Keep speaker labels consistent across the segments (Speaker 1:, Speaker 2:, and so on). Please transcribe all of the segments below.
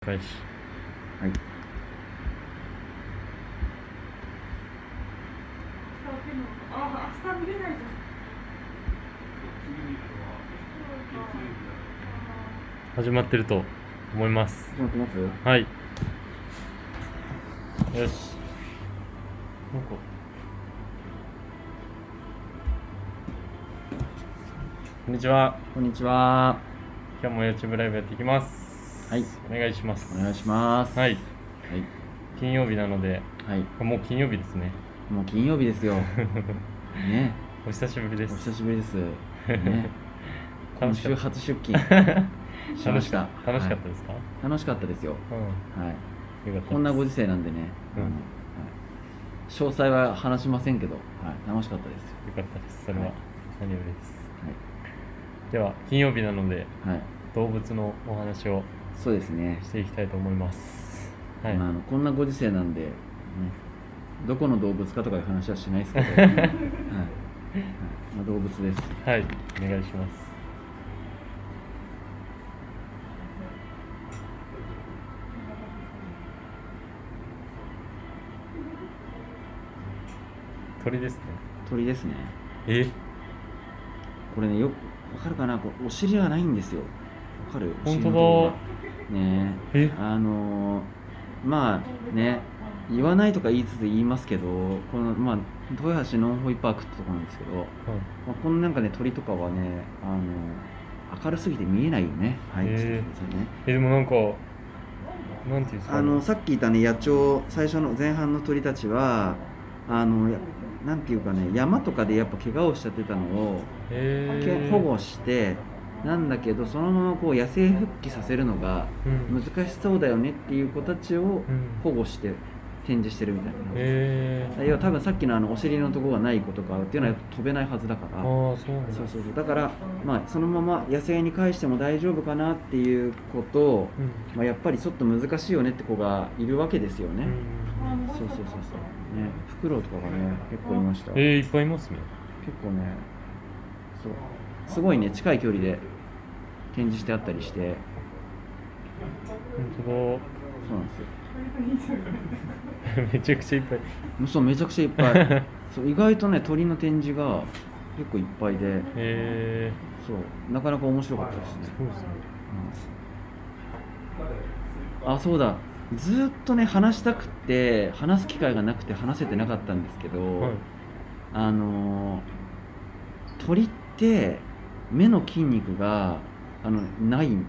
Speaker 1: 開始
Speaker 2: はい。
Speaker 3: あ明日見れないじゃん
Speaker 1: 始まってると思います
Speaker 2: 始まってます
Speaker 1: はいよしなんかこんにちは
Speaker 2: こんにちは。
Speaker 1: 今日も YouTube ライブやっていきます
Speaker 2: はい
Speaker 1: お願いします
Speaker 2: お願いします。
Speaker 1: はい
Speaker 2: はい。
Speaker 1: 金曜日なので
Speaker 2: はい。
Speaker 1: もう金曜日ですね
Speaker 2: もう金曜日 ですよ。ね。
Speaker 1: お久しぶりで
Speaker 2: お
Speaker 1: す
Speaker 2: 久しぶりです。ね。今
Speaker 1: 楽しか
Speaker 2: 週
Speaker 1: った
Speaker 2: 初出勤 しました。
Speaker 1: 楽しかっ
Speaker 2: は
Speaker 1: たですか、
Speaker 2: い楽しかったですよ。はい。
Speaker 1: うんよかった
Speaker 2: こんなご
Speaker 1: 時
Speaker 2: 時世なんでね。
Speaker 1: うん
Speaker 2: あのはい詳細は話しませんけど、はい楽しかったですよ。
Speaker 1: よかったですそれは
Speaker 2: はい
Speaker 1: 何よりですでは金曜日なので
Speaker 2: はい。はい。
Speaker 1: 動物のお話を
Speaker 2: そうですね。
Speaker 1: していきたいと思いますはい、
Speaker 2: まああのこんなご時世なんで、ねどこの動物かとかいう話はしないで すけど、はいはいまあ動物です。
Speaker 1: はいお願いします鳥ですね
Speaker 2: 鳥ですね。
Speaker 1: え
Speaker 2: これねよくわかるかなこれお尻がないんですよわかる
Speaker 1: 本当だ
Speaker 2: お尻のところが
Speaker 1: え
Speaker 2: ねあのー、まあね言わないとか言いつつ言いますけどこのまあ豊橋ノンホイパークってとこなんですけど、まあ、このなんかね鳥とかはねあのー明るすぎて見えないよねはい、
Speaker 1: へえ
Speaker 2: ちょっと待ってくださいね
Speaker 1: えでもなんかなんていうんですか
Speaker 2: あのさっき言ったね野鳥最初の前半の鳥たちはあのやなんていうかね山とかでやっぱ怪我をしちゃってたのを
Speaker 1: え
Speaker 2: け
Speaker 1: ー、
Speaker 2: 保護してなんだけどそのままこう野生復帰させるのが
Speaker 1: うん、
Speaker 2: 難しそうだよねっていう子たちを
Speaker 1: うん
Speaker 2: 保護して展示してるみたいな、
Speaker 1: えー、
Speaker 2: 要は多分さっきのあのお尻のところがない子とかっていうのは飛べないはずだか
Speaker 1: ああ
Speaker 2: ら
Speaker 1: そうなんだ
Speaker 2: そうそうそうだから、まあ、そのまま野生に返しても大丈夫かなっていうことを、
Speaker 1: うん
Speaker 2: まあ、やっぱりちょっと難しいよねって子がいるわけですよ
Speaker 1: う
Speaker 2: ね、
Speaker 1: ん
Speaker 2: そうそうそうそうねフクロウとかがね結構いました
Speaker 1: えー、いっぱいいますね
Speaker 2: 結構ねそうすごいね近い距離で展示してあったりして
Speaker 1: 本
Speaker 2: そうなんですよ
Speaker 1: 当だ めちゃくちゃいっぱい
Speaker 2: もうそうめちゃくちゃいっぱ いそう意外とね鳥の展示が結構いっぱいで
Speaker 1: え
Speaker 2: そうなかなか面白かったですね
Speaker 1: ー、、そうですね
Speaker 2: うんあそうだずーっとね話したくて話す機会がなくて話せてなかったんですけど、
Speaker 1: はい
Speaker 2: あのー鳥って目の筋肉があのないん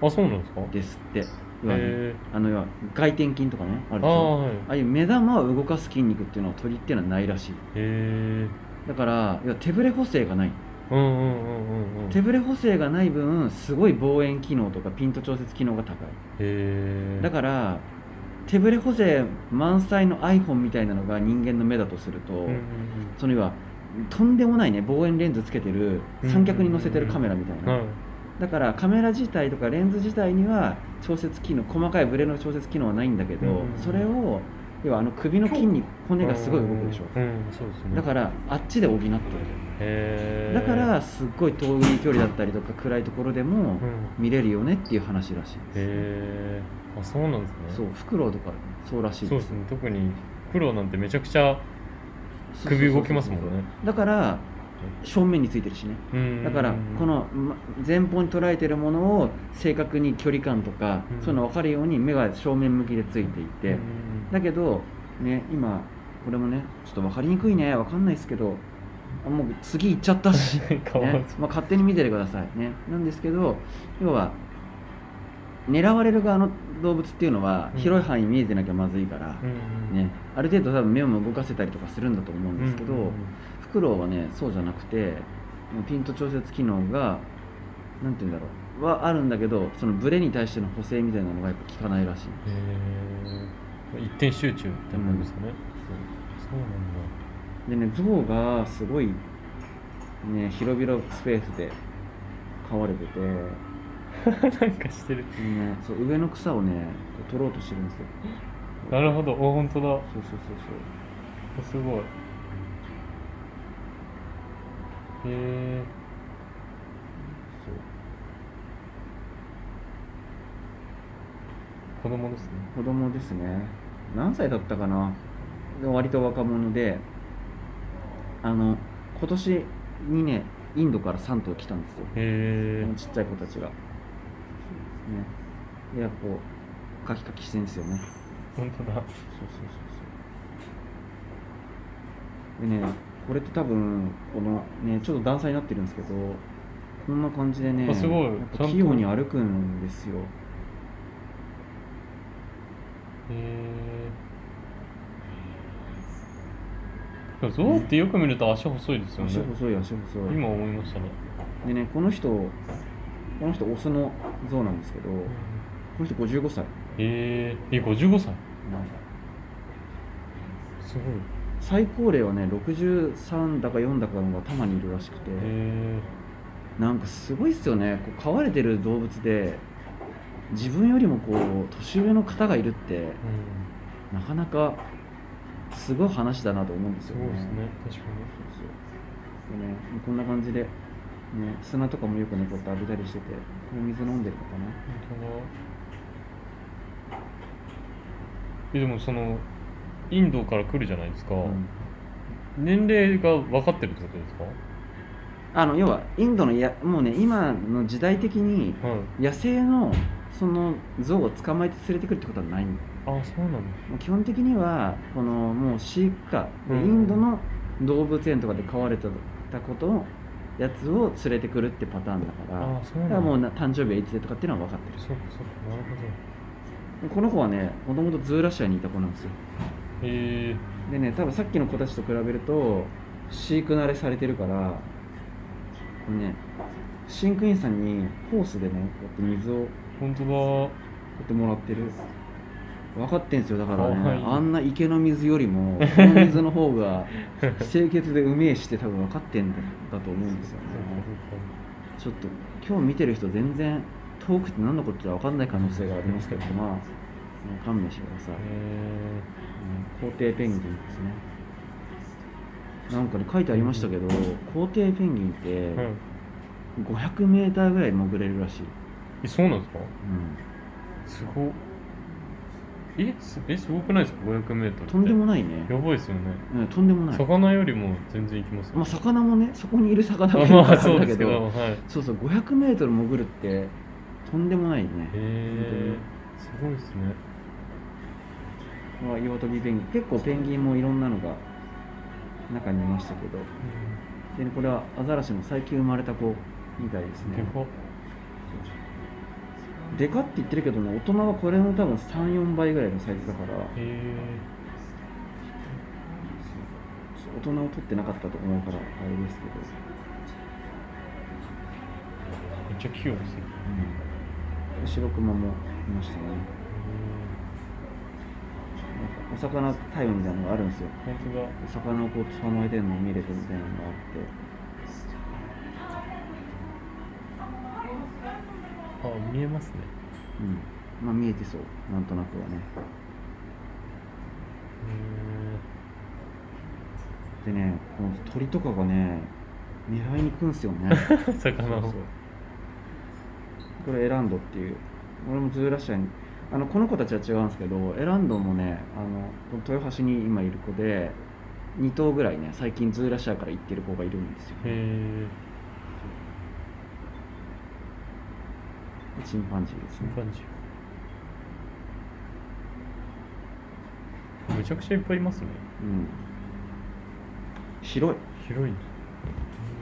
Speaker 1: あそうなんですか
Speaker 2: ですって要はね
Speaker 1: え
Speaker 2: あの要は外転筋とかねあ
Speaker 1: ー、
Speaker 2: るで
Speaker 1: あ
Speaker 2: し
Speaker 1: あ
Speaker 2: ょ
Speaker 1: はい
Speaker 2: ああいう目玉を動かす筋肉っていうのは鳥っていうのはないらしい
Speaker 1: え
Speaker 2: だから要は手ぶれ補正がない
Speaker 1: ー、うんうんうんうんうん
Speaker 2: 手ぶれ補正がない分すごい望遠機能とかピント調節機能が高い
Speaker 1: えー、
Speaker 2: だから手ぶれ補正満載の iPhone みたいなのが人間の目だとすると、
Speaker 1: うんうん
Speaker 2: その要はとんでもないね望遠レンズつけてる三脚に乗せてるカメラみたい
Speaker 1: うん
Speaker 2: な、
Speaker 1: はい
Speaker 2: だからカメラ自体とかレンズ自体には調節機能細かいブレの調節機能はないんだけど、
Speaker 1: うん
Speaker 2: それを要はあの首の筋肉骨がすごい動くでしょ
Speaker 1: うんうんそうですね
Speaker 2: だかららあっちで補ってる
Speaker 1: えー、
Speaker 2: だからすっごい遠い距離だったりとか暗いところでも
Speaker 1: うん
Speaker 2: 見れるよねっていう話らしいです、
Speaker 1: えー、あそうなんですね
Speaker 2: そうフクロウとかそうらし
Speaker 1: そ
Speaker 2: い
Speaker 1: う
Speaker 2: で
Speaker 1: です
Speaker 2: す
Speaker 1: ね特に黒なんてめちゃくちゃ
Speaker 2: そうそうそう
Speaker 1: 首
Speaker 2: そう
Speaker 1: 動きますもんね
Speaker 2: だから正面についてるしね
Speaker 1: うん
Speaker 2: だからこのま前方に捉えてるものを正確に距離感とか、
Speaker 1: うん
Speaker 2: そういうの分かるように目が正面向きでついていて、
Speaker 1: うん
Speaker 2: だけど、ね、今これもねちょっと分かりにくいね分かんないですけどあもう次行っちゃったし、ね
Speaker 1: かわいそう
Speaker 2: まあ、勝手に見ててくださいねなんですけど要は狙われる側の動物っていうのは
Speaker 1: うん
Speaker 2: 広い範囲見えてなきゃまずいから、
Speaker 1: うんうん
Speaker 2: ね、ある程度多分目も動かせたりとかするんだと思うんですけど、
Speaker 1: うんうんうん
Speaker 2: フクロウはねそうじゃなくてピント調節機能がなんて言うんだろうはあるんだけどそのブレに対しての補正みたいなのがやっぱ効かないらしい
Speaker 1: へえ一点集中みたいな感じですかね、そうなんだ
Speaker 2: でねゾウがすごいね広々スペースで飼われてて、ね、
Speaker 1: なんかしてる。
Speaker 2: そう上の草をねこう取ろうとしてるんですよ
Speaker 1: なるほど、お、本当だ。
Speaker 2: そうそうそうそ
Speaker 1: おすごい。へ
Speaker 2: うそ
Speaker 1: 子
Speaker 2: う
Speaker 1: 供ですね
Speaker 2: 子供ですね何歳だったかなでも割と若者であの今年にねインドから3頭来たんですよ
Speaker 1: へ
Speaker 2: ちっちゃい子たちがねでやっぱカキカキしてんですよね
Speaker 1: え本当だ
Speaker 2: そうそうそうそうでねこれって多分このねちょっと段差になってるんですけどこんな感じでね
Speaker 1: あすごい
Speaker 2: やっ
Speaker 1: ちゃ
Speaker 2: ぱ
Speaker 1: んと
Speaker 2: 器用に歩くんですよ
Speaker 1: へえでもゾウってよく見ると足細いですよね
Speaker 2: 足細い足細い
Speaker 1: 今思いましたね
Speaker 2: でねこの人この人オスの象なんですけどこの人55歳
Speaker 1: へええ55歳すごい
Speaker 2: 最高齢はね63だか4だかのがたまにいるらしくて
Speaker 1: へえ
Speaker 2: なんかすごいっすよねこう飼われてる動物で自分よりもこう年上の方がいるって
Speaker 1: うん
Speaker 2: なかなかすごい話だなと思うんです
Speaker 1: す
Speaker 2: よ
Speaker 1: ご
Speaker 2: ね
Speaker 1: いですね確か
Speaker 2: そうそうでねこんな感じで、ね、砂とかもよくねこうやって浴びたりしててこれ水飲んでるのかな
Speaker 1: に本当だえでもそのインドから来るじゃないですか、
Speaker 2: うん
Speaker 1: 年齢が分かってるってことですか
Speaker 2: あの要はインドのやもうね今の時代的に
Speaker 1: はい
Speaker 2: 野生のその象を捕まえて連れてくるってことはないんだよ
Speaker 1: あそうなんだ
Speaker 2: もう基本的にはこのもう飼育下、で
Speaker 1: うん
Speaker 2: インドの動物園とかで飼われてたことのやつを連れてくるってパターンだから
Speaker 1: あそうな
Speaker 2: だ
Speaker 1: ん
Speaker 2: か
Speaker 1: だ
Speaker 2: らもうな誕生日はいつでとかっていうのは分かってる
Speaker 1: そうかそうかなるほど
Speaker 2: でこの子はねもともとズーラシアにいた子なんですよ
Speaker 1: へえ
Speaker 2: でね多分さっきの子たちと比べると飼育慣れされてるからこれね飼育員さんにホースでねこうやって水を
Speaker 1: 本当
Speaker 2: やってもらってる分かってんすよだからね、
Speaker 1: あはい
Speaker 2: あんな池の水よりもこの水の方が清潔でうめえして多分分かってんだだと思うんですよね
Speaker 1: だ
Speaker 2: ちょっと今日見てる人全然遠くて何のことか分かんない可能性がありますけどまあ勘弁してください、
Speaker 1: へ
Speaker 2: うん皇帝ペンギンですねなんかね書いてありましたけど皇帝ペンギンって
Speaker 1: えはい
Speaker 2: 500m ぐらい潜れるらしい、
Speaker 1: えそうなんですか
Speaker 2: うん
Speaker 1: すごっえすえすごくないですか 500m って
Speaker 2: とんでもないね、
Speaker 1: やばいですよね
Speaker 2: うん、とんでもない
Speaker 1: 魚よりも全然いきますよ
Speaker 2: まあ、魚もねそこにいる魚もい
Speaker 1: あ
Speaker 2: る
Speaker 1: ま
Speaker 2: か
Speaker 1: あ
Speaker 2: らな
Speaker 1: そ
Speaker 2: ん
Speaker 1: うで
Speaker 2: だけ
Speaker 1: すけど
Speaker 2: ど
Speaker 1: はいへ
Speaker 2: そうそう 500m 潜るってとんでもないね、
Speaker 1: えすごいですね
Speaker 2: まあ、岩飛びペンギン結構ペンギンもいろんなのが中にいましたけどでこれはアザラシの最近生まれた子みたいです
Speaker 1: で
Speaker 2: ね
Speaker 1: かっ
Speaker 2: でかって言ってるけどね大人はこれの多分34倍ぐらいのサイズだから
Speaker 1: へえ
Speaker 2: 大人を取ってなかったと思うからあれですけど、
Speaker 1: めっちゃ器用ですね
Speaker 2: 白熊もいましたねなんかお魚タイムみたいなのがあるんですよ
Speaker 1: 本当だ
Speaker 2: お魚をこう捕まえてるのを見れてみたいなのがあって
Speaker 1: あ見えますね
Speaker 2: うんまあ見えてそうなんとなくはね
Speaker 1: へえ
Speaker 2: でねこの鳥とかがね狙いに行くんすよ ね
Speaker 1: 魚を
Speaker 2: そうそうこれエランドっていう俺もズーラシアにあのこの子たちは違うんですけどエランドもねあのこの豊橋に今いる子で2頭ぐらいね最近ズーラシアから行ってる子がいるんですよ
Speaker 1: へえ
Speaker 2: チンパンジーです
Speaker 1: チン
Speaker 2: ね
Speaker 1: パンジーめちゃくちゃいっぱいいますね
Speaker 2: うん白い
Speaker 1: 広いね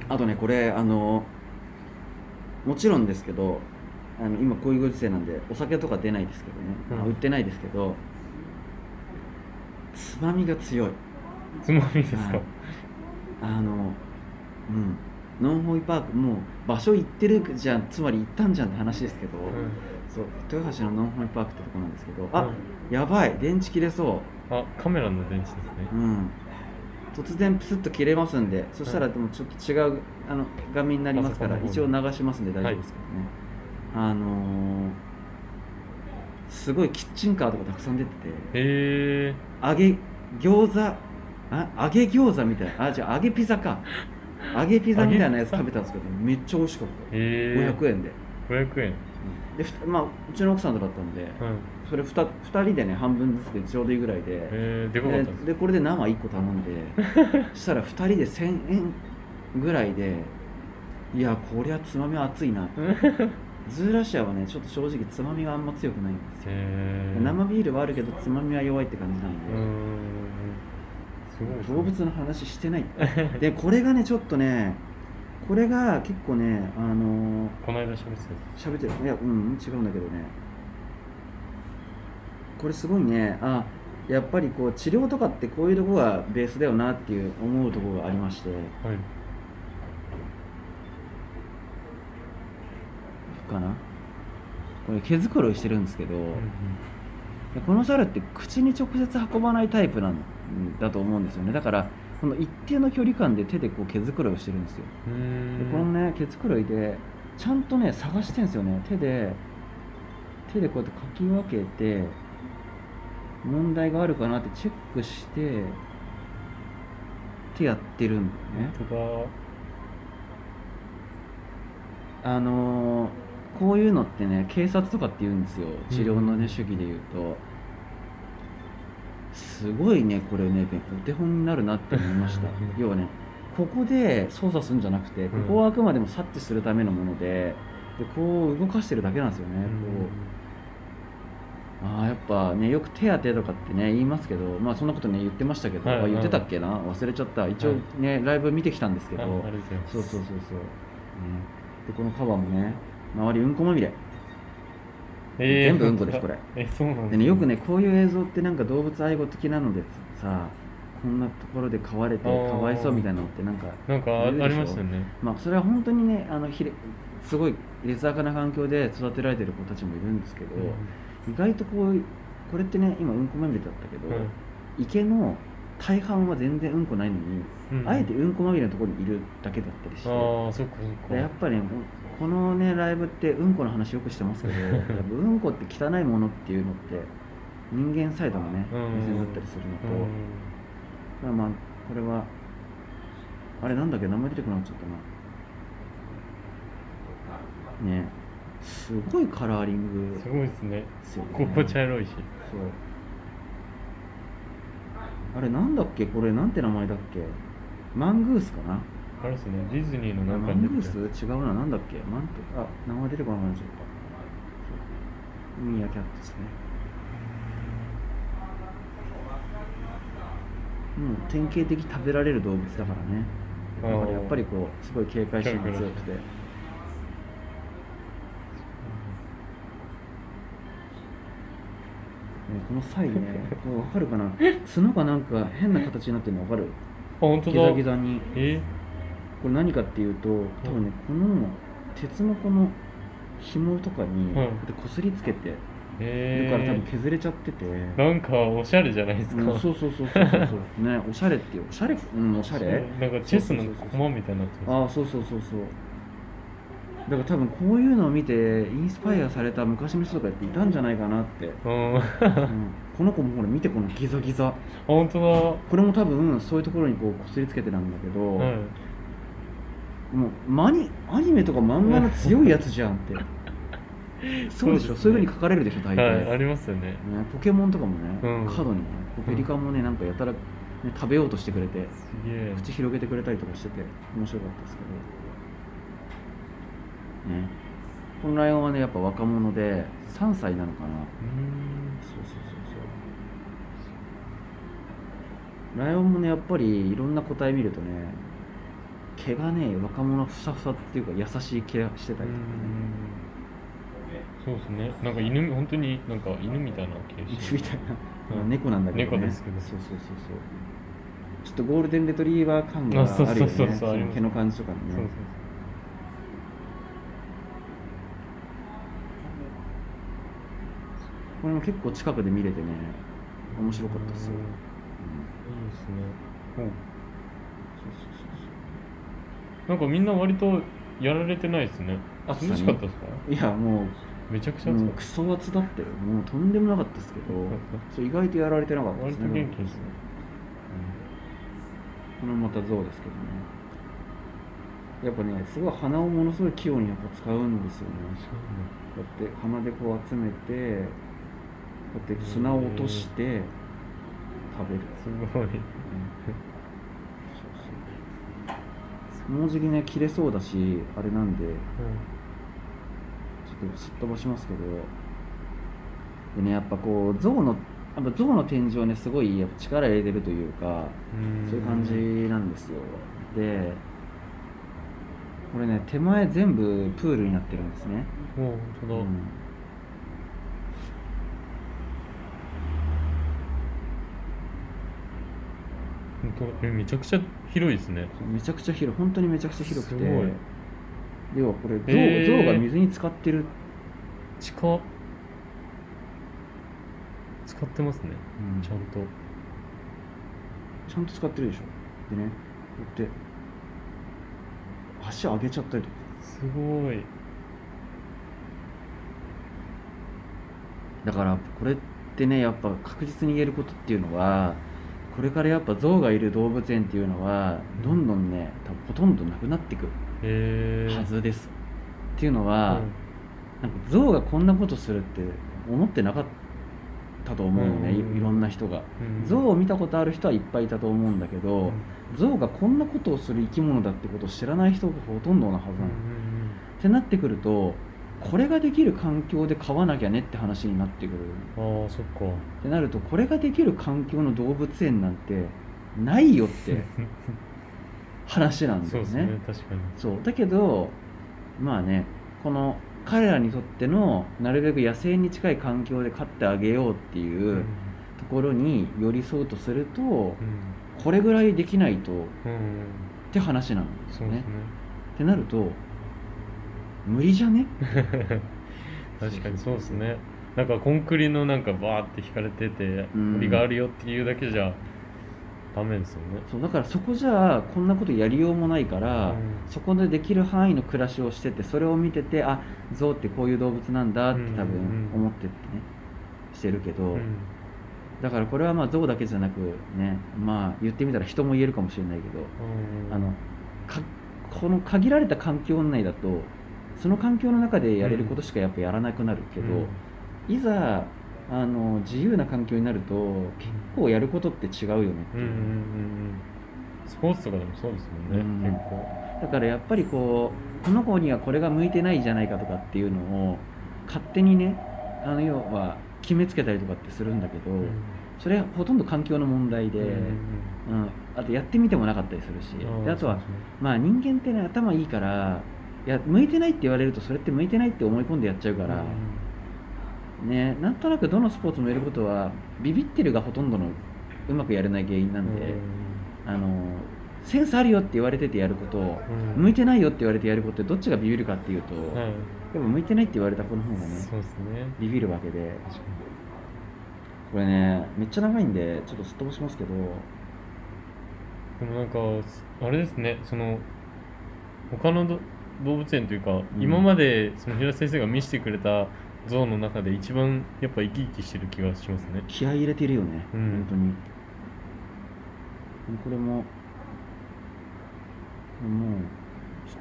Speaker 2: あとねこれあのもちろんですけどあの今こういうご時世なんでお酒とか出ないですけどね、
Speaker 1: うん
Speaker 2: まあ売ってないですけどつまみが強い
Speaker 1: つまみですか、
Speaker 2: はいあのうんノンホイパークもう場所行ってるじゃんつまり行ったんじゃんって話ですけど、
Speaker 1: うん
Speaker 2: そう豊橋のノンホイパークってとこなんですけどあ、
Speaker 1: うん
Speaker 2: やばい電池切れそ
Speaker 1: あカメラの電池ですね
Speaker 2: ううん突然プスッと切れますんでそしたらでもちょっと違うあの画面になりますから
Speaker 1: パソコン
Speaker 2: 一応
Speaker 1: の
Speaker 2: 流しますんで大丈夫ですけどね、あのーすごいキッチンカーとかたくさん出てて
Speaker 1: へえ
Speaker 2: 揚げ餃子あ揚げ餃子みたいなあじゃ揚げピ ザか揚げピザみたいなやつ
Speaker 1: 揚
Speaker 2: 食
Speaker 1: げ
Speaker 2: べ
Speaker 1: ピザ
Speaker 2: たんですけどめっちゃ美味しかっ
Speaker 1: へ
Speaker 2: た
Speaker 1: え
Speaker 2: 500円で
Speaker 1: 500円
Speaker 2: そうでふたまあうちの奥さんとだったんで
Speaker 1: うん
Speaker 2: それ 2, 二人でね半分ずつでちょうどいいぐらいで
Speaker 1: えー、でかかった
Speaker 2: で
Speaker 1: んです
Speaker 2: でこれで生1個頼 んでしたら2人で1000円ぐらいでいやこりゃつまみは熱い な
Speaker 1: か
Speaker 2: ズーラシアはねちょっと正直つまみがあんま強くないんですよ
Speaker 1: えー、
Speaker 2: 生ビールはあるけどつまみは弱いって感じな
Speaker 1: うー
Speaker 2: んで
Speaker 1: んすごいですね
Speaker 2: 動物の話してない でこれがねちょっとねこれが結構ねあのー
Speaker 1: この間喋ってたや
Speaker 2: 喋ってるいやうん違うんだけどねこれすごいねあやっぱりこう治療とかってこういうとこがベースだよなっていう思うところがありまして
Speaker 1: つはい
Speaker 2: かなこれ毛づくろいしてるんですけど、
Speaker 1: う
Speaker 2: でこの猿って口に直接運ばないタイプなんだと思うんですよねだからこの一定の距離感で手でこう毛づくろいをしてるんですよ
Speaker 1: んう
Speaker 2: で
Speaker 1: ん
Speaker 2: このね毛づくろいでちゃんとね探してんですよね手で手でこうやってかき分けて問題があるかなってチェックしてってやってるんだよね
Speaker 1: 本当だ
Speaker 2: あのーこういうのってね警察とかって言うんですよ治療の
Speaker 1: うん
Speaker 2: ね主義で言うとすごいねこれねべお手本になるなって思いました要はねここで操作するんじゃなくてこ
Speaker 1: うん
Speaker 2: こはあくまでも察知するためのものででこう動かしてるだけなんですよねこうあーやっぱねよく手当てとかってね言いますけどまあそんなことね言ってましたけど、
Speaker 1: はい
Speaker 2: あ言ってたっけな忘れちゃった一応ね、ライブ見てきたんですけど、
Speaker 1: あありがとうございます
Speaker 2: そうそうそうそう、ね、でこのカバーもね周りうんこまみれ
Speaker 1: えー
Speaker 2: 全部うんこですこれ
Speaker 1: えそうなんです
Speaker 2: でねよくねこういう映像ってなんか動物愛護的なのでさこんなところで飼われて
Speaker 1: あー
Speaker 2: かわいそうみたいなのってなんか
Speaker 1: なんかああ
Speaker 2: いるでしょ
Speaker 1: りましたよね
Speaker 2: まあそれは本当にねあのひれすごい劣悪な環境で育てられてる子たちもいるんですけど、意外とこうこれってね今うんこまみれだったけど、
Speaker 1: うん
Speaker 2: 池の大半は全然うんこないのに、
Speaker 1: うん
Speaker 2: あえてうんこまみれのところにいるだけだったりして、
Speaker 1: ああそっかそっか
Speaker 2: でやっぱねここのねライブってうんこの話よくし てますけどやっぱうんこって汚いものっていうのって人間サイドのね
Speaker 1: うん
Speaker 2: 目線だったりするのと、
Speaker 1: うん
Speaker 2: まあまあこれはあれなんだっけ名前出てこなくなっちゃったなねすごいカラーリング
Speaker 1: すごいですね
Speaker 2: ですよね
Speaker 1: ここ茶色いし
Speaker 2: そうあれなんだっけこれなんて名前だっけマングースかな
Speaker 1: あれですねディズニーの
Speaker 2: マ
Speaker 1: 中
Speaker 2: ン
Speaker 1: に
Speaker 2: グー
Speaker 1: 出てる
Speaker 2: ス違うな、なんだっけマンテあ、名前出てこなくなっちゃった。ミーアキャットですね。もう典型的食べられる動物だからね。
Speaker 1: あ
Speaker 2: だ
Speaker 1: ー
Speaker 2: からやっぱりこう、すごい警戒心が強くて。ねこの際 ね、これわかるかな角がなんか変な形になってるのわかる
Speaker 1: あ本当
Speaker 2: ギ
Speaker 1: だ
Speaker 2: ザギザに。
Speaker 1: え
Speaker 2: これ何かっていうと多分ねこの鉄のこの紐とかにこう
Speaker 1: はい
Speaker 2: やってこすりつけてるから多
Speaker 1: え
Speaker 2: 分削れちゃってて、
Speaker 1: ー、なんかおしゃれじゃないですか、
Speaker 2: うんそうそうそうそうそうそう ねおしゃれっていうおしゃれうんおしゃれ
Speaker 1: なんかチェスの駒みたいになってます
Speaker 2: ああそうそうそうそうだから多分こういうのを見てインスパイアされた昔の人とかっていたんじゃないかな って、
Speaker 1: うん、あ
Speaker 2: うんこの子もほら見てこのギザギザ
Speaker 1: 本当だ、は
Speaker 2: これも多分そういうところにこうこすりつけてなんだけど、
Speaker 1: い、
Speaker 2: もうマニアニメとか漫画の強いやつじゃんって そうでしょ
Speaker 1: そ
Speaker 2: そうう,、
Speaker 1: ですね
Speaker 2: いうふうに書かれるでしょ大体、
Speaker 1: はい、ありますよね
Speaker 2: ね、ポケモンとかもね、
Speaker 1: うん
Speaker 2: カードにねこうペリカンもねなんかやたら、ね、食べようとしてくれて
Speaker 1: すげえ
Speaker 2: 口広げてくれたりとかしてて面白かったですけどねこのライオンはねやっぱ若者で3歳な
Speaker 1: うーん
Speaker 2: のかなそうそうそうそうライオンもねやっぱりいろんな個体見るとね毛がね若者ふさふさっていうか優しい毛してたりとかね
Speaker 1: そうですね。なんか犬み、本当になんか犬みたいな形
Speaker 2: 犬み
Speaker 1: 式。
Speaker 2: たいな、
Speaker 1: うん
Speaker 2: 猫なんだけど、ね、
Speaker 1: 猫ですけど
Speaker 2: そうそうそうそうちょっとゴールデンレトリーバー感があ
Speaker 1: あそう
Speaker 2: るよね
Speaker 1: そうそうそう
Speaker 2: の
Speaker 1: あります
Speaker 2: 毛の感じとかにね
Speaker 1: そうそう
Speaker 2: これも結構近くで見れてね面白かったですよ、
Speaker 1: うん
Speaker 2: うん
Speaker 1: そう。いいですね。
Speaker 2: そうそうそうそう
Speaker 1: なんかみんな割とやられてないですね。
Speaker 2: あ
Speaker 1: 涼しかったですか？
Speaker 2: いやも
Speaker 1: めちゃくち
Speaker 2: う
Speaker 1: ゃ暑
Speaker 2: も
Speaker 1: か
Speaker 2: う
Speaker 1: っ
Speaker 2: クソ熱だったよもうとんでもなかったですけど
Speaker 1: た。
Speaker 2: そう意外とやられてなかったで
Speaker 1: 割
Speaker 2: す
Speaker 1: と
Speaker 2: ね
Speaker 1: 元気ですね。
Speaker 2: これもまた象ですけどねやっぱねすごい鼻をものすごい器用にやっぱ使うんですよねこうやって鼻でこう集めてこうやって砂を落として食べる
Speaker 1: すごい。
Speaker 2: そうそうもうじきね切れそうだしあれなんでちょっとすっ飛ばしますけどでねやっぱこう象のやっぱ象の展示をねすごいやっぱ力入れてるというか
Speaker 1: うん
Speaker 2: そういう感じなんですよでこれね手前全部プールになってるんですね
Speaker 1: もう本当だ。
Speaker 2: うん
Speaker 1: 本当だえめちゃくちゃ広いですね。
Speaker 2: めちゃくちゃ広い本当にめちゃくちゃ広くて
Speaker 1: すごい
Speaker 2: 要はこれ象,、
Speaker 1: へー
Speaker 2: 象が水に浸かってる、
Speaker 1: 近っ使ってますね。ちゃんと。
Speaker 2: ちゃんと使ってるでしょでねこうやって足上げちゃったりとか
Speaker 1: すごい。
Speaker 2: だからこれってねやっぱ確実に言えることっていうのはこれからやっぱ象がいる動物園っていうのはどんどんね多分ほとんどなくなってく
Speaker 1: えー、
Speaker 2: はずです、っていうの
Speaker 1: う
Speaker 2: は、
Speaker 1: ん
Speaker 2: なんか象がこんなことするって思ってなかったと思うのね、い
Speaker 1: うん
Speaker 2: いろんな人が
Speaker 1: うん
Speaker 2: 象を見たことある人はいっぱいいたと思うんだけ
Speaker 1: う
Speaker 2: ど、
Speaker 1: ん
Speaker 2: 象がこんなことをする生き物だってことを知らない人がほとんどなはずなの、ってなってくるとこれができる環境で飼わなきゃねって話になってくる
Speaker 1: うんああそっか。
Speaker 2: ってなるとこれができる環境の動物園なんてないよって話なん だ
Speaker 1: そう
Speaker 2: よ
Speaker 1: です
Speaker 2: ね
Speaker 1: ね確かに。
Speaker 2: そうだけどまあねこの彼らにとってのなるべく野生に近い環境で飼ってあげようって
Speaker 1: う
Speaker 2: いうんところに寄り添うとすると、
Speaker 1: うん
Speaker 2: これぐらいできないとっ
Speaker 1: うん
Speaker 2: て話なんです
Speaker 1: そ
Speaker 2: よ
Speaker 1: うで
Speaker 2: ね
Speaker 1: す。ね。
Speaker 2: ってなると無理じゃね
Speaker 1: 確かにそうですねなんかコンクリのなんかバーって引かれてて
Speaker 2: うん
Speaker 1: 檻があるよっていうだけじゃダメですよね
Speaker 2: そうだからそこじゃあこんなことやりようもないか
Speaker 1: う
Speaker 2: ら、
Speaker 1: ん
Speaker 2: そこでできる範囲の暮らしをしててそれを見ててあ象ってこういう動物なんだって多
Speaker 1: うんうんう
Speaker 2: 分
Speaker 1: ん
Speaker 2: 思ってってねしてるけど、
Speaker 1: うん
Speaker 2: だからこれはまあ象だけじゃなくねまあ言ってみたら人も言えるかもしれないけど、
Speaker 1: うん
Speaker 2: あのかこの限られた環境内だとその環境の中でやれることしかやっぱやらなくなるけど、
Speaker 1: うん
Speaker 2: いざあの自由な環境になると結構やることって違うよねって
Speaker 1: う
Speaker 2: い
Speaker 1: ん
Speaker 2: う、
Speaker 1: うんうんうんスポーツとかでもそうですもんね、
Speaker 2: うん
Speaker 1: 結構
Speaker 2: だからやっぱりこうこの子にはこれが向いてないんじゃないかとかっていうのを勝手にねあの要は決めつけたりとかってするんだけど、それはほとんど環境の問題で、
Speaker 1: うんうん
Speaker 2: うん、あとやってみてもなかったりするし
Speaker 1: うん
Speaker 2: であと
Speaker 1: そ
Speaker 2: は
Speaker 1: うですね
Speaker 2: まあ人間ってね頭いいからいや向いてないって言われるとそれって向いてないって思い込んでやっちゃうから、ねなんとなくどのスポーツもやることはビビってるがほとんどのうまくやれない原因な
Speaker 1: うん
Speaker 2: で、
Speaker 1: ん
Speaker 2: あのセンスあるよって言われててやることを
Speaker 1: うん
Speaker 2: 向いてないよって言われてやることってどっちがビビるかっていうと、
Speaker 1: はい
Speaker 2: でも向いてないって言われた子の方がね
Speaker 1: そうですね
Speaker 2: ビビるわけで
Speaker 1: 確か
Speaker 2: これねめっちゃ長いんでちょっとすっ飛ばしますけど
Speaker 1: にでもなんかあれですねその他のど動物園というか、
Speaker 2: ん
Speaker 1: 今までその平田先生が見せてくれた象の中で一番やっぱ生き生きしてる気がしますね
Speaker 2: 気合い入れてるよね、
Speaker 1: うん
Speaker 2: 本当にこれももうちょっと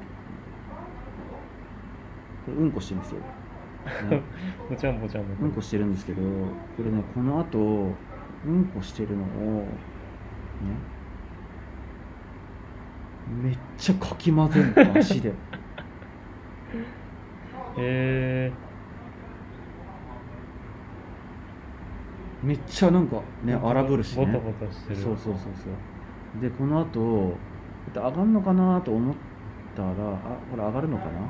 Speaker 2: これうんこしてるんで すよ、ね
Speaker 1: ぼちゃんぼちゃんぼちゃ
Speaker 2: うんこしてるんですけどこれねこのあとうんこしてるのをねめっちゃかき混ぜるの足で
Speaker 1: え
Speaker 2: めっちゃなんか
Speaker 1: ー、
Speaker 2: ね荒ぶるし
Speaker 1: ボタ
Speaker 2: ね
Speaker 1: ボタしてる
Speaker 2: そうそうそうそうでこのあと上がるのかなと思ったらあこれ上がるのかなな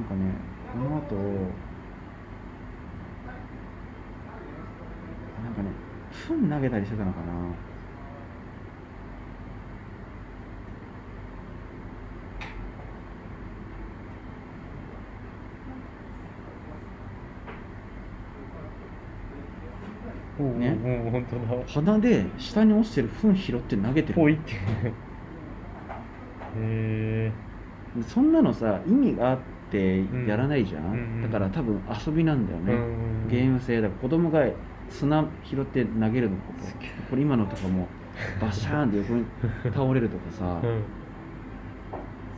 Speaker 2: んかねこのあとなんかねフン投げたりしてたのかな
Speaker 1: おう
Speaker 2: ね
Speaker 1: もう本当だ
Speaker 2: 鼻で下に落ちてるフン拾って投げて
Speaker 1: ぽい
Speaker 2: る
Speaker 1: ってえ
Speaker 2: そんなのさ意味があってやらないじゃん、
Speaker 1: うんうん
Speaker 2: だから多分遊びなんだよ
Speaker 1: ー、
Speaker 2: ね、
Speaker 1: うん
Speaker 2: ゲーム性だから子供が砂拾って投げるのこと これ今のとかもバシャーンって横に倒れるとかさ
Speaker 1: うん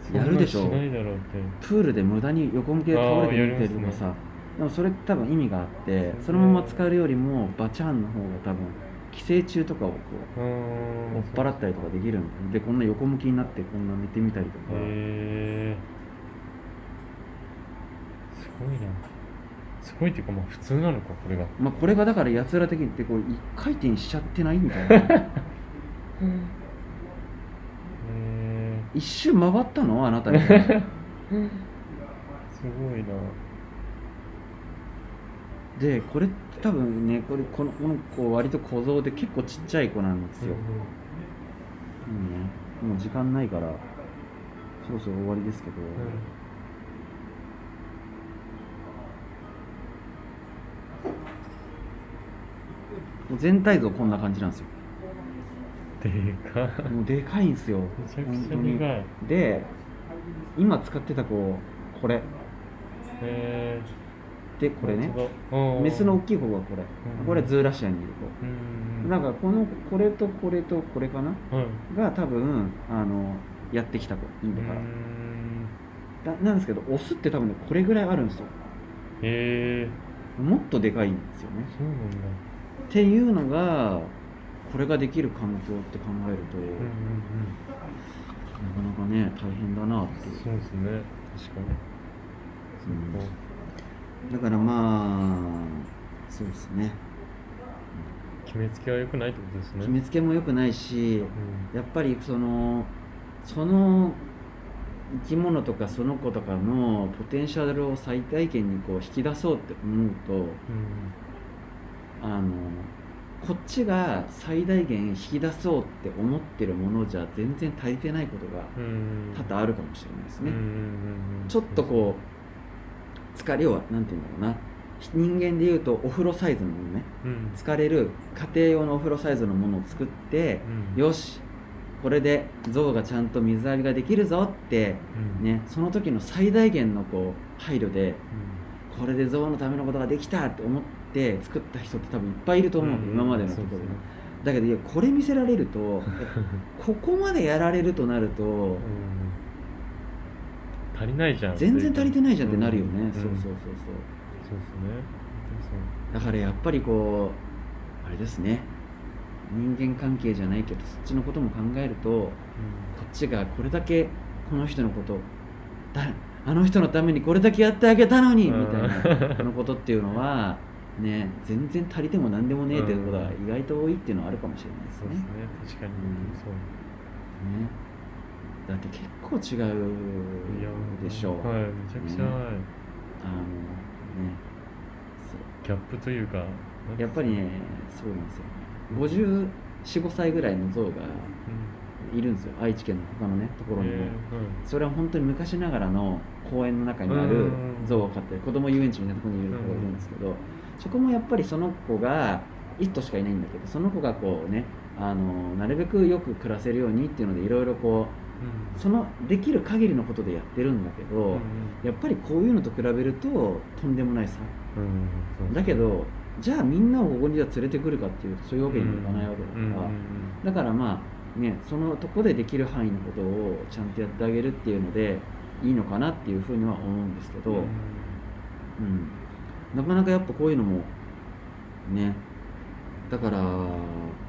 Speaker 1: そん
Speaker 2: や
Speaker 1: な
Speaker 2: るでし
Speaker 1: し
Speaker 2: ょ
Speaker 1: ないだろうって
Speaker 2: プールで無駄に横向きで倒れてるっていうの
Speaker 1: あ
Speaker 2: は
Speaker 1: ー
Speaker 2: さ、でもそれって多分意味があって
Speaker 1: そう
Speaker 2: そのまま使えるよりもバチャンの方が多分寄生虫とかをこ
Speaker 1: う
Speaker 2: うん追っ払ったりとかできるんだよでこんな横向きになってこんな寝てみたりとか、
Speaker 1: へえすごいなすごいっていうかまあ普通なのかこれが
Speaker 2: まあ、これがだからやつら的にってこう一回転しちゃってないみたい な
Speaker 1: へ
Speaker 2: 一周回ったのあなたみたい
Speaker 1: え
Speaker 2: な
Speaker 1: すごいな
Speaker 2: でこれって多分ねこれこのこの子割と小僧で結構ちっちゃい子なんですよ、うんね、もう時間ないからそろそろ終わりですけど、
Speaker 1: うん
Speaker 2: もう全体像こんな感じなんですよ
Speaker 1: でかっ
Speaker 2: もうでかいんですよ
Speaker 1: めちゃくちゃでかいへ
Speaker 2: いで今使ってた子これ
Speaker 1: え
Speaker 2: でこれね
Speaker 1: 本当だうん
Speaker 2: メスの大きい子がこれ、
Speaker 1: うん
Speaker 2: これズーラシアにいる子
Speaker 1: うん
Speaker 2: なんかこのこれとこれとこれかな
Speaker 1: はい
Speaker 2: が多分あのやってきた子いいんだから、
Speaker 1: うん
Speaker 2: だなんですけどオスって多分ねこれぐらいあるんですよ
Speaker 1: へえ
Speaker 2: もっとでかいんですよね
Speaker 1: そうなんだ
Speaker 2: っていうのがこれができる環境って考えると、
Speaker 1: うんうんうん
Speaker 2: なかなかね大変だなって
Speaker 1: そうですね確かに
Speaker 2: うん
Speaker 1: そっか
Speaker 2: だからまあそうですね
Speaker 1: 決めつけは良くないってことですね
Speaker 2: 決めつけも良くないし
Speaker 1: うん
Speaker 2: やっぱりそのその生き物とかその子とかのポテンシャルを最大限にこう引き出そうって思うと
Speaker 1: うん
Speaker 2: あのこっちが最大限引き出そうって思ってるものじゃ全然足りてないことが
Speaker 1: うん
Speaker 2: 多々あるかもしれないですね。
Speaker 1: うんうんうん
Speaker 2: ちょっとこう疲れをなんて言うんだろうな人間で言うとお風呂サイズのものね
Speaker 1: う、うん
Speaker 2: 疲れる家庭用のお風呂サイズのものを作って
Speaker 1: うん、
Speaker 2: よしこれで象がちゃんと水浴びができるぞって
Speaker 1: うん、
Speaker 2: ねその時の最大限のこう配慮で
Speaker 1: うん、
Speaker 2: これで象のためのことができたって思って作った人って多分いっぱいいると思う、
Speaker 1: ん
Speaker 2: 今までのとこ
Speaker 1: そう
Speaker 2: ろ
Speaker 1: すね
Speaker 2: だけどいやこれ見せられ るとここまでやられるとなると
Speaker 1: うん足りないじゃん
Speaker 2: 全然足りてないじゃんってなるよね、
Speaker 1: うん
Speaker 2: そうそうそうそう
Speaker 1: そうですね
Speaker 2: だからやっぱりこうあれですね人間関係じゃないけどそっちのことも考えるとこっちがこれだけこの人のことだあの人のためにこれだけやってあげたのに
Speaker 1: うん
Speaker 2: みたいなこのことっていうのはね全然足りても何でもねえっていうことが意外と多いっていうのはあるかもしれないです
Speaker 1: そう
Speaker 2: ね
Speaker 1: ですね確かに、
Speaker 2: うん
Speaker 1: そう
Speaker 2: ねだって結構違
Speaker 1: いや
Speaker 2: うでしょう、
Speaker 1: はいめちゃくちゃ、はい
Speaker 2: あのねそう
Speaker 1: ギャップというかなん
Speaker 2: やっぱりね、そうなんですよ。54、5歳ぐらいの像が
Speaker 1: うん
Speaker 2: いるんですよ、愛知県の他のね、ところにも。
Speaker 1: えーはい
Speaker 2: それは本当に昔ながらの公園の中にある像を飼ってる、子供遊園地みたいなところにいる子がいるんですけど、そこもやっぱりその子が、1頭しかいないんだけど、その子がこうね、あのなるべくよく暮らせるようにっていうので、いろいろこう、そのできる限りのことでやってるんだけ
Speaker 1: うん
Speaker 2: ど、やっぱりこういうのと比べると、とんでもない差。
Speaker 1: うんうんそう
Speaker 2: だけどじゃあみんなをここにじゃあ連れてくるかっていうとそういうわけにもいかないわけだか
Speaker 1: う
Speaker 2: ら、
Speaker 1: んうんうん
Speaker 2: だからまあねそのとこでできる範囲のことをちゃんとやってあげるっていうのでいいのかなっていうふうには思うんですけど、
Speaker 1: う
Speaker 2: うんんなかなかやっぱこういうのもねだから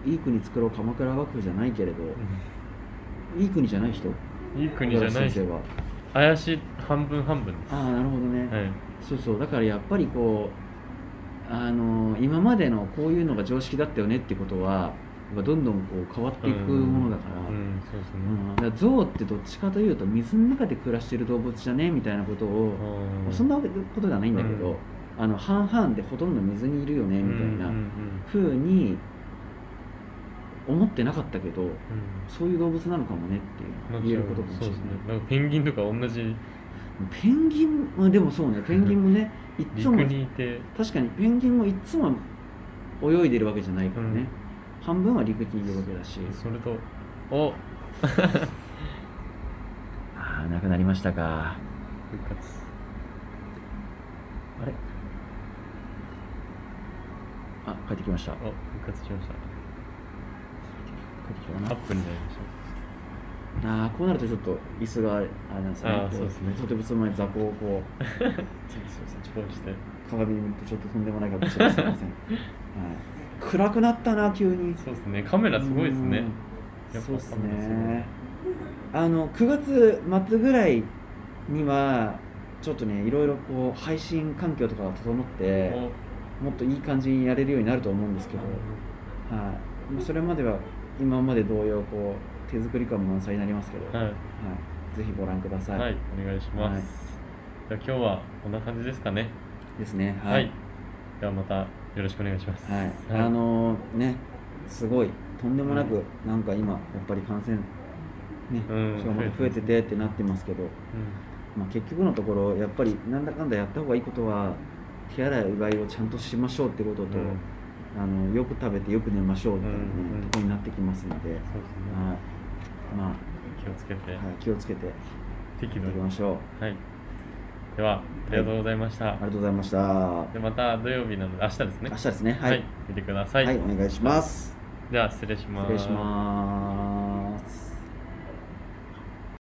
Speaker 2: いい国作ろう鎌倉幕府じゃないけれど、いい国じゃない人
Speaker 1: うんいい国じゃない
Speaker 2: 小原先生は
Speaker 1: 怪しい半分半分です
Speaker 2: ああなるほどね、
Speaker 1: はい
Speaker 2: そうそうだからやっぱりこうあの今までのこういうのが常識だったよねってことはやっぱどんどんこう変わっていくものだから,、
Speaker 1: う
Speaker 2: うん
Speaker 1: んそうですね
Speaker 2: だから象ってどっちかというと水の中で暮らしてる動物じゃねみたいなことを、
Speaker 1: あー
Speaker 2: そんなことではないんだけど、
Speaker 1: うん
Speaker 2: あの半々でほとんど水にいるよねみたい
Speaker 1: うんうん
Speaker 2: なふうに思ってなかったけど
Speaker 1: うん
Speaker 2: そういう動物なのかもね
Speaker 1: うん
Speaker 2: っていう言えることかもしれ
Speaker 1: そう
Speaker 2: ない
Speaker 1: ですねなんかペンギンとか同じ
Speaker 2: ペンギンうんでもそうねペンギンもねいっつ
Speaker 1: 陸
Speaker 2: も
Speaker 1: にいて
Speaker 2: 確かにペンギンもいっつも泳いでるわけじゃないからね、
Speaker 1: うん
Speaker 2: 半分は陸にいるわけだし
Speaker 1: それとお
Speaker 2: ああなくなりましたか
Speaker 1: 復活
Speaker 2: あれあ帰ってきました
Speaker 1: お復活しました
Speaker 2: 帰ってきたか
Speaker 1: アッ
Speaker 2: な
Speaker 1: プになりまし
Speaker 2: ああこうなるとちょっと椅子があれあれなんですよね
Speaker 1: あーそうですね
Speaker 2: とてもその前に雑魚をこうすいませんちょっ
Speaker 1: こうして
Speaker 2: と鏡見るとちょっととんでもないかもしれま せん、はい、暗くなったな急に
Speaker 1: そうですねカメラすごいですね
Speaker 2: う
Speaker 1: や
Speaker 2: ん
Speaker 1: っぱ
Speaker 2: そうです
Speaker 1: カメラすごい
Speaker 2: ねあの9月末ぐらいにはちょっとねいろいろこう配信環境とかが整って
Speaker 1: お
Speaker 2: もっといい感じにやれるようになると思うんですけど、はい、まあそれまでは今まで同様こう手作り感満載になりますけど、はい
Speaker 1: は
Speaker 2: ぜひご覧くださ
Speaker 1: い、
Speaker 2: い、
Speaker 1: はい、お願いします、じゃあ今日はこんな感じですかね
Speaker 2: ですね
Speaker 1: はい、ではまたよろしくお願いします
Speaker 2: はいあのーねすごいとんでもなく、
Speaker 1: は
Speaker 2: なんか今やっぱり感染ね、
Speaker 1: うん
Speaker 2: 人がまた増えててってなってますけど、まあ、結局のところやっぱりなんだかんだやった方がいいことは手洗いうがいをちゃんとしましょうってこと
Speaker 1: うん
Speaker 2: と、
Speaker 1: うん
Speaker 2: あのよく食べてよく寝ましょうみたいな、ね
Speaker 1: うんうん
Speaker 2: とこになってきますので、はい
Speaker 1: そうですね、
Speaker 2: ま
Speaker 1: 気をつけて、
Speaker 2: あ、はい、気をつけて
Speaker 1: 適
Speaker 2: やっ
Speaker 1: 度
Speaker 2: ていき
Speaker 1: に
Speaker 2: ましょう
Speaker 1: はいではありがとうございました、
Speaker 2: ありがとうございました
Speaker 1: でまた土曜日なので明日ですね
Speaker 2: 明日ですね
Speaker 1: は、
Speaker 2: はいい、
Speaker 1: 見てください、
Speaker 2: はい、お願いします
Speaker 1: では失礼します
Speaker 2: 失礼します